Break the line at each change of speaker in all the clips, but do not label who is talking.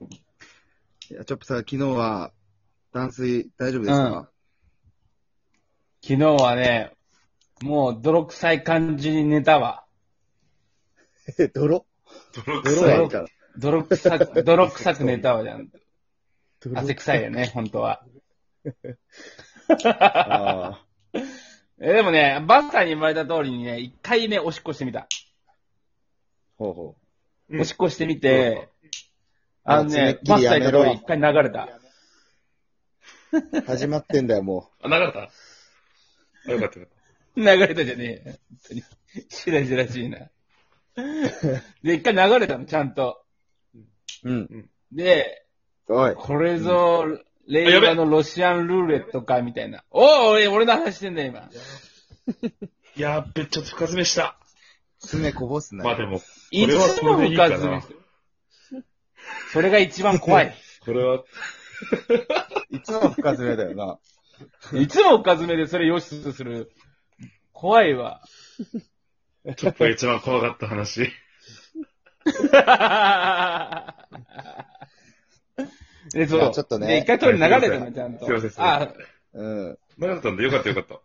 いや、チョップさん、昨日は、断水大丈夫ですか、
昨日はね、もう泥臭い感じに寝たわ。
え、泥
泥
泥
臭い
やから。
泥臭く、泥臭く寝たわじゃん。
泥
汗臭いよね、本当は。
あ
え、でもね、バッターに言われた通りにね、一回ね、おしっこしてみた。
ーほうほ
うん
おしっこしてみて、あのね、
爪切り
バッタ
や
ーに
めろ
言われた通り一回流れた。
う。始まってんだよ、も
あ、なかった。あ、よかったよかっ
流れたじゃねえよ。本当に。しらじらしいな。で、一回流れたの、ちゃんと。
う。うん。
で、
おい。
これぞ、令和のロシアンルーレットか、みたいな。おう俺、俺の話してんだよ、今。
た。やっべ、ちょっと深爪した。
爪こぼすな
まあで
よ。
も、こ
い
れは
つ
そ
も
れでいい
深
か
爪
な。
それが一番怖い。
これは、
いつも深爪だよな。
いつも深爪でそれ良しとする。怖いわ。
ちょっと一番怖かった話。
え、
い
そう。
やちょっとね
で一回取り流れたの、ちゃんと。
すいませんすいません
あ、
うん。
なかったんで、よかったよかっ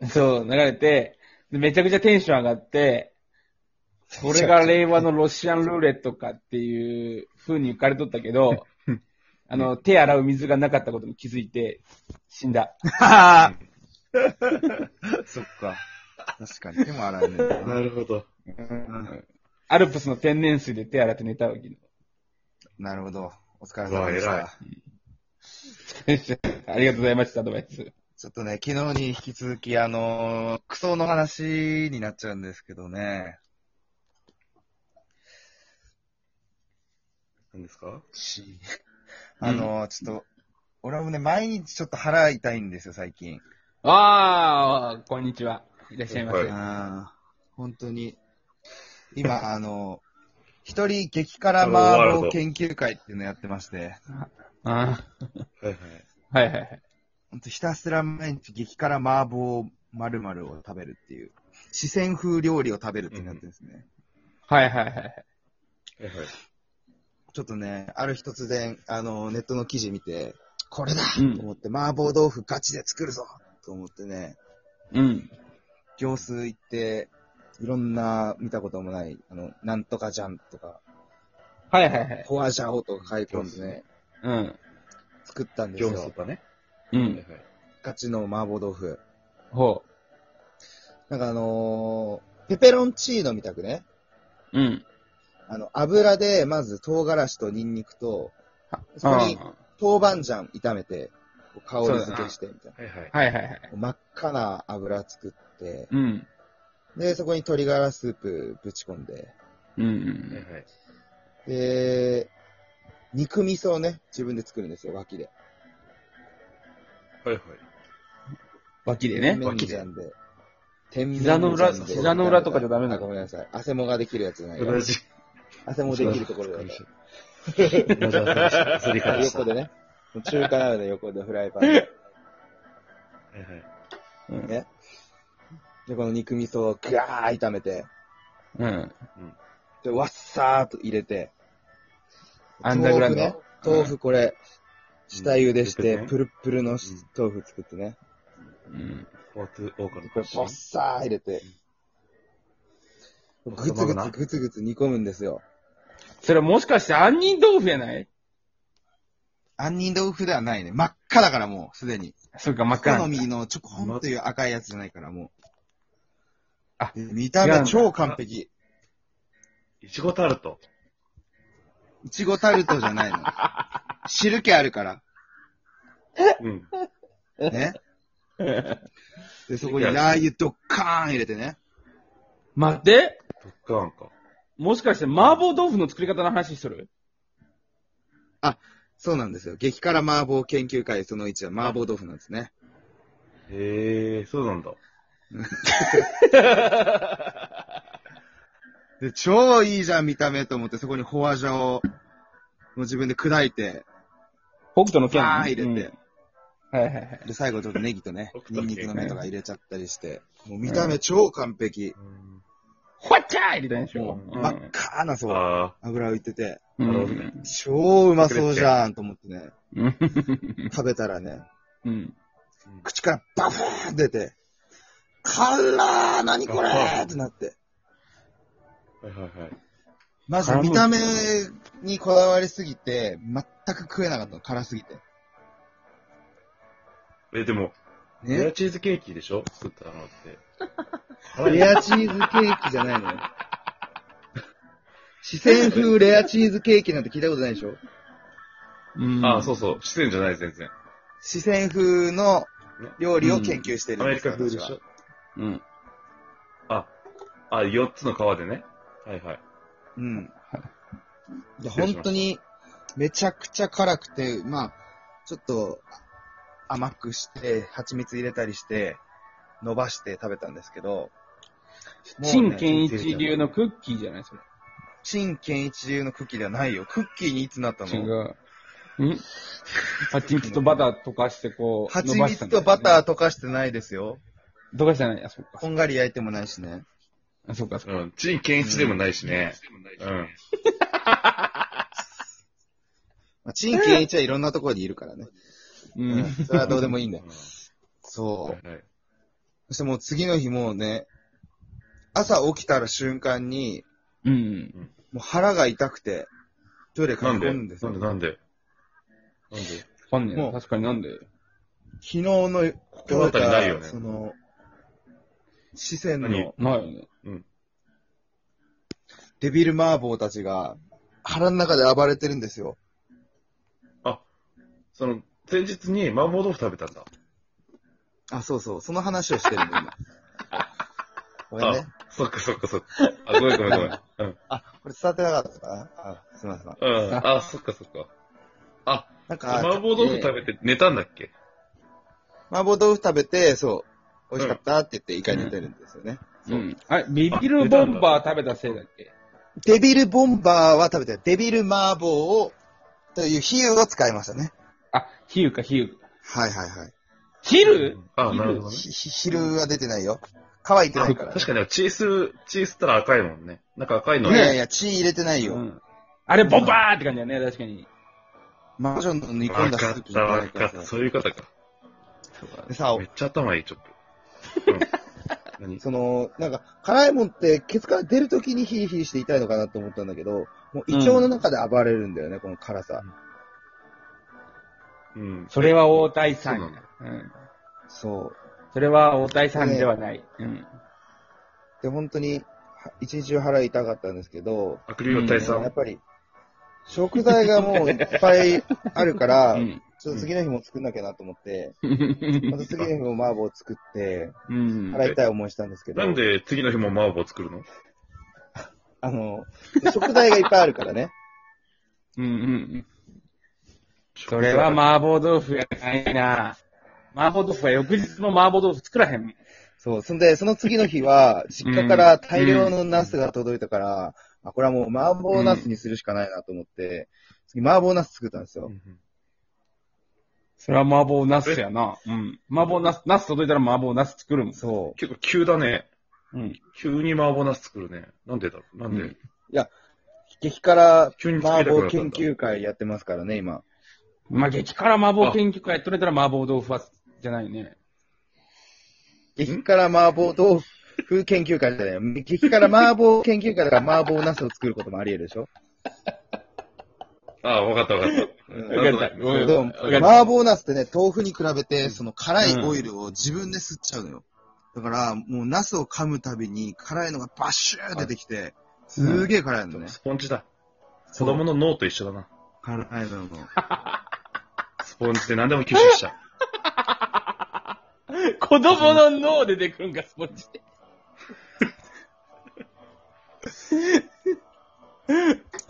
た。
そう、流れて、でめちゃくちゃテンション上がって、これが令和のロシアンルーレットかっていう風に浮かれとったけど、あの、手洗う水がなかったことに気づいて、死んだ。
そっか。確かに、手も洗えねえんだな。
なるほど。
うん
アルプスの天然水で手洗って寝たわけ。
なるほど。お疲れ様でし
うわ偉い
た。
ありがとうございました、アドバイス。
ちょっとね、昨日に引き続き、あのー、クソの話になっちゃうんですけどね。
何ですか
あのー、ちょっと、俺もね、毎日ちょっと腹痛いんですよ、最近。
ああ、こんにちは。いらっしゃいませ。
はい
ああ、本当に。今、あの、一人激辛麻婆研究会っていうのやってまして、
あ
はいはい。
ーはいはいはい。
本当ひたすら毎日激辛麻婆〇〇を食べるっていう、四川風料理を食べるっていうのやってるんですね。
はいはいはい。
はいはい。
ちょっとね、ある日突然、あの、ネットの記事見て、これだ
うん
と思って、麻婆豆腐ガチで作るぞと思ってね、
うん。
行数行って、いろんな見たこともない、あの、なんとかじゃんとか、
はいはいはい。
ホアジャオとか買い込んでね、
うん。
作ったんです
業
よ。
務スーパーね。
う
はいは
ん。
い。
ガチの麻婆豆腐。
ほ
なんかあのーペペロンチーノみたくね、
う。うん。
あの、油でまず唐辛子とニンニクと、そこに
あ
豆板醤炒めて、こう香り付けしてみたい
はいはい
ー。はいはいはい。
な。真っ赤な油作って、
うん。
で、そこに鶏ガラスープぶち込んで、
うんう
はい
ん
はい。
で、肉味噌をね、自分で作るんですよ、脇で。
はいはい。
脇で
天
ね。
然醤で。天然
膝の裏
醤で
膝の裏とかじゃダメなの
あごめんなさい。汗もができるやつじゃないよ
同じ。
汗もできるところだから。
同じ話。すり返した。
横で
はい
ね。中華鍋の横でフライパン で。
はい。
うん
ね。で、この肉味噌をガー炒めて、
うん。
で、わっさーっと入れて、
アンダーグラウンド
豆腐ね。豆腐これ、下茹でし
う
て、
ん
プルップルのし
うん
豆腐作ってね。
うん。
オーツ、オーカル
これ、ポッサー入れて、ぐつぐつぐつぐつ煮込むんですよ。
それもしかして杏仁豆腐やない
杏仁豆腐ではないね。真っ赤だからもう、すでに。
そっか、真っ赤な
好
んだ
みのチョコホンという赤いやつじゃないから、もう。
あ
で見た
違う
目
んだ
超完璧。
いちごタルト。
いちごタルトじゃないの。汁気あるから。
うん。
ね。で、そこにラー油ドッカーン入れてね。
待って
ドッカーンか。
もしかして麻婆豆腐の作り方の話しとる
そうなんですよ。激辛麻婆研究会その1は麻婆豆腐なんですね。
へえ、そうなんだ。、
で、超いいじゃん、見た目と思って、そこにホワジャオを自分で砕いて、
北斗の剣
バーン入れて、
うんはいはいはい。
で、最後ちょっとネギとね
北
ニン
斗
ニ
系
クの芽とか入れちゃったりして、もう見た目超完璧。
うん
ほわっちゃー入れたんでしょ。
真っ赤なそう、
あ
油浮いてて、
う
なるほど
ん
ね。
超うまそうじゃんと思ってね、
うん。
食べたらね、
うん。
口からバフーン出て、辛ー何これーってなって。
あ。はいはいはい。
まず見た目にこだわりすぎて、全く食えなかったの、辛すぎて。
え、でも、レア
ね。
チーズケーキでしょ作ったのって。
レアチーズケーキじゃないの よ。四川風レアチーズケーキなんて聞いたことないでしょ
うん
ああ、そうそう。四川じゃない、全然。
四川風の料理を研究してる
ア
んで
メリ
すよ、
カ風で
私
し
は
ょ
うん。
あ、あ、4つの皮でね。はいはい。
うん。で、
失礼しました
本当に、めちゃくちゃ辛くて、まあ、ちょっと、甘くして、蜂蜜入れたりして、伸ばして食べたんですけど、
陳健一流のクッキーじゃないそれ。
陳健一流のクッキーではないよ。クッキーにいつなった
違
の
う。ん蜂蜜とバター溶かしてこう、
蜂
伸ばし
蜜
たんだよ
と
ね
バター溶かしてないですよ。
溶かしてない。あ、そっか。
こんがり焼いてもないしね。
あ、そっか、そっか。
うん。陳建一でもないしね。うん。
まあ、陳健一はいろんなところにいるからね。
う。
うんん。それはどうでもいいんだよ。
は
そ。
いうはい。
そしてもう次の日もうね、朝起きたら瞬間に、
うん。
もう腹が痛くて、トイレ
な
駆
ん
け
で
込
なんん
で
で
よ。
すなんでなんで
わかんねえ
も
な。
う
確かになんで。
昨日の夜
心当たりないよね
その、四川
何
の
ないよね。
デビル麻婆たちが腹の中で暴れてるんですよ。
その、前日に麻婆豆腐食べたんだ。
あ、そうそう。その話をしてるんだ、今。 ごめんね。
あ、そっかそっかそっか。あ、ごめんごめんごめん。うん。
あ、これ伝わってなかったかなあ、すみません。
うん。あ、そっかそっか。あ、
なんか、
麻婆豆腐食べて寝たんだっけ
麻婆豆腐食べて、そう、美味しかったって言って一回寝てるんですよね。
う。ん。あれ、ビビルボンバー食べたせいだっけ
デビルボンバーは食べてない、デビル麻婆を、という比喩を使いましたね。
あ、比喩か、比喩。
はいはいはい。
昼
あ、なるほどね。
ひひ昼は出てないよ。乾いてないから、
確かに、血吸う、血吸ったら赤いもんね。なんか赤いの
いやい
ね。
や、血入れてないよ。
うん。あれ、ボンバーって感じだね、確かに。
マンションの煮込
わ
んだ
か
スー
っ
プ
た、わかっ
さ
た。そういう方か。
でさ
めっちゃ頭いい、ちょっと。うん。何
その、なんか、辛いもんって、ケツから出るときにヒリヒリして痛いのかなと思ったんだけど、もう胃腸の中で暴れるんだよね、この辛さ。
うん。
それは大谷さん。
そううなん
ん。
そう。
それは大谷さんではない。うん。
で、本当に、は一日中腹痛かったんですけど、
アクリル大さ
やっ
ん。
ぱり、食材がもういっぱいあるから、
うん。
ちょっと次の日も作んなきゃなと思って、
うん
また次の日も麻婆作って、
うん。
腹痛い思いしたんですけど、
なんで次の日も麻婆作るの
あの、食材がいっぱいあるからね。
うんうん。それは麻婆豆腐やないな。麻婆豆腐は翌日の麻婆豆腐作らへんもん。
そう。そんで、その次の日は、実家から大量のナスが届いたから、あ、これはもう麻婆ナスにするしかないなと思って、次麻婆ナス作ったんです
う
よ。
ん
それは麻婆茄子やな。うん。麻婆茄子、茄子届いたら麻婆茄子作るもん。
そ
結構急だね。
うん。
急に麻婆茄子作るね。なんでだろうなん
うん
で
う。激辛
急に作
麻
りたくな
婆
ったん
研
だ
究会やってますからね、今。
まあ、激辛麻婆研究会取れたら麻婆豆腐は、じゃないね。
激辛麻婆豆腐研究会じゃない。激辛麻婆研究会だから麻婆ナスを作ることもあり得るでしょ。
あ、わかったわかった。
うん
なんとなく
わかった
そう
わかった
麻婆ナスってね、豆腐に比べて、その辛いオイルを自分で吸っちゃうのよ。だから、もうナスを噛むたびに辛いのがバッシュー出てきて、すーげえ辛いのね。
スポンジだ。子
そう
供の脳と一緒だな。
辛いのも。
スポンジで何でも吸収しちゃう。
子供の脳で出てくるんか、スポンジで。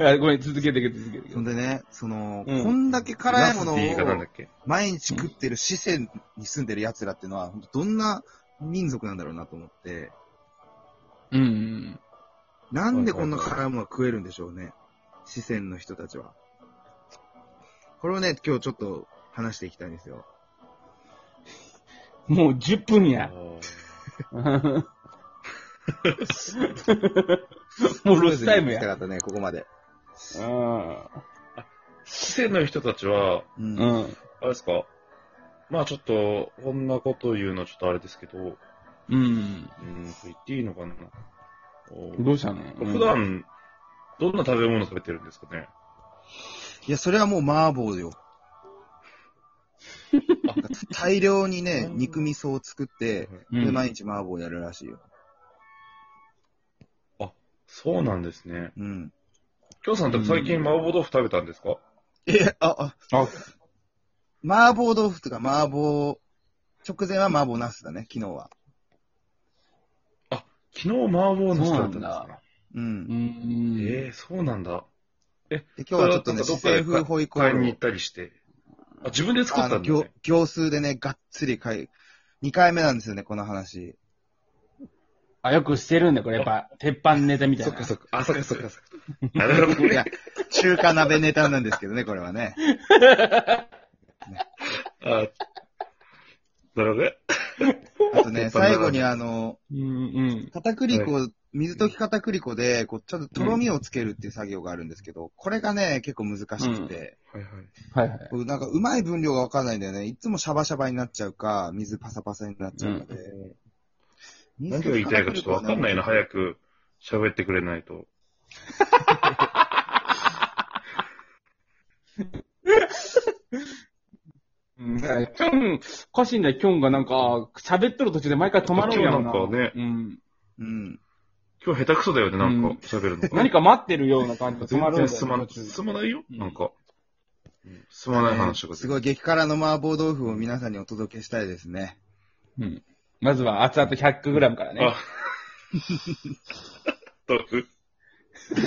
あごめん、続けてけ、続けてけ
そん。でね、その、
うん
こんだけ辛いものを
ナスって言い方なんだっけ
毎日食ってる四川に住んでる奴らってのは、どんな民族なんだろうなと思って、
うんうん。
なんでこんな辛いものが食えるんでしょうね。四川の人たちは。これをね、今日ちょっと話していきたいんですよ。
もう10分
あ
や。
ー
もうロスタイム
行きた
や。
かったね、ここまで。
うん。
四天の人たちは、
うん
うん。
あれですかまあちょっと、こんなこと言うのちょっとあれですけど、う
うん。
ーん、言っていいのかなお
どうしたの
普段、どんな食べ物食べてるんですかね
いや、それはもう麻婆よ。大量にね、肉味噌を作って、
うん、
で、毎日麻婆やるらしいよ。
そうなんですね。
うん。
きょうさんって最近麻婆豆腐食べたんですか
え、あ、あ、
あ、
麻婆豆腐とか麻婆、直前は麻婆茄子だね、昨日は。
昨日麻婆のだったんです
そうなん
か
う。
うんん。
ええそうなんだ。
で今日はちょっとね、四川
それはなんかどっかで
風ホイコー
買い
ロ
に行っ
ー
たりして。あ、自分で作
あ
った
の、
んだ、
行
ね。
行数でね、がっつり買い、2回目なんですよね、この話。
あ、よくしてるんだ、これやっぱ、鉄板ネタみたい
そ
な。
っかそっか。あ、そっかそっかそっか。なるほど
いや
ね。、
中華鍋ネタなんですけどね、これはね。
あなるほどね。
あとね、最後にあの、
うんうん。
片栗粉、水溶き片栗粉で、こう、ちょっととろみをつけるっていう作業があるんですけど、これがね、結構難しくて、
はいはい。
はいはい。
こうなんかうまい分量がわかんないんだよね。いつもシャバシャバになっちゃうか、水パサパサになっちゃうかで。
何が言いたいかちょっとわかんないな、早く喋ってくれないと。
うん、だからキョン、おかしいんだよ、キョンがなんか、喋っとる途中で毎回止まるんやろな。
キョンなんか
う
ね
ん。
うん。
今日下手くそだよね、なん
うん
か喋るのが。
何か待ってるような感じで止まる
全
んだよ
然
ね。
進ま進まないよ、なんか。進まない話が。
すごい激辛の麻婆豆腐を皆さんにお届けしたいですね。
うん。まずは熱々 100g からね。
あ、豆腐。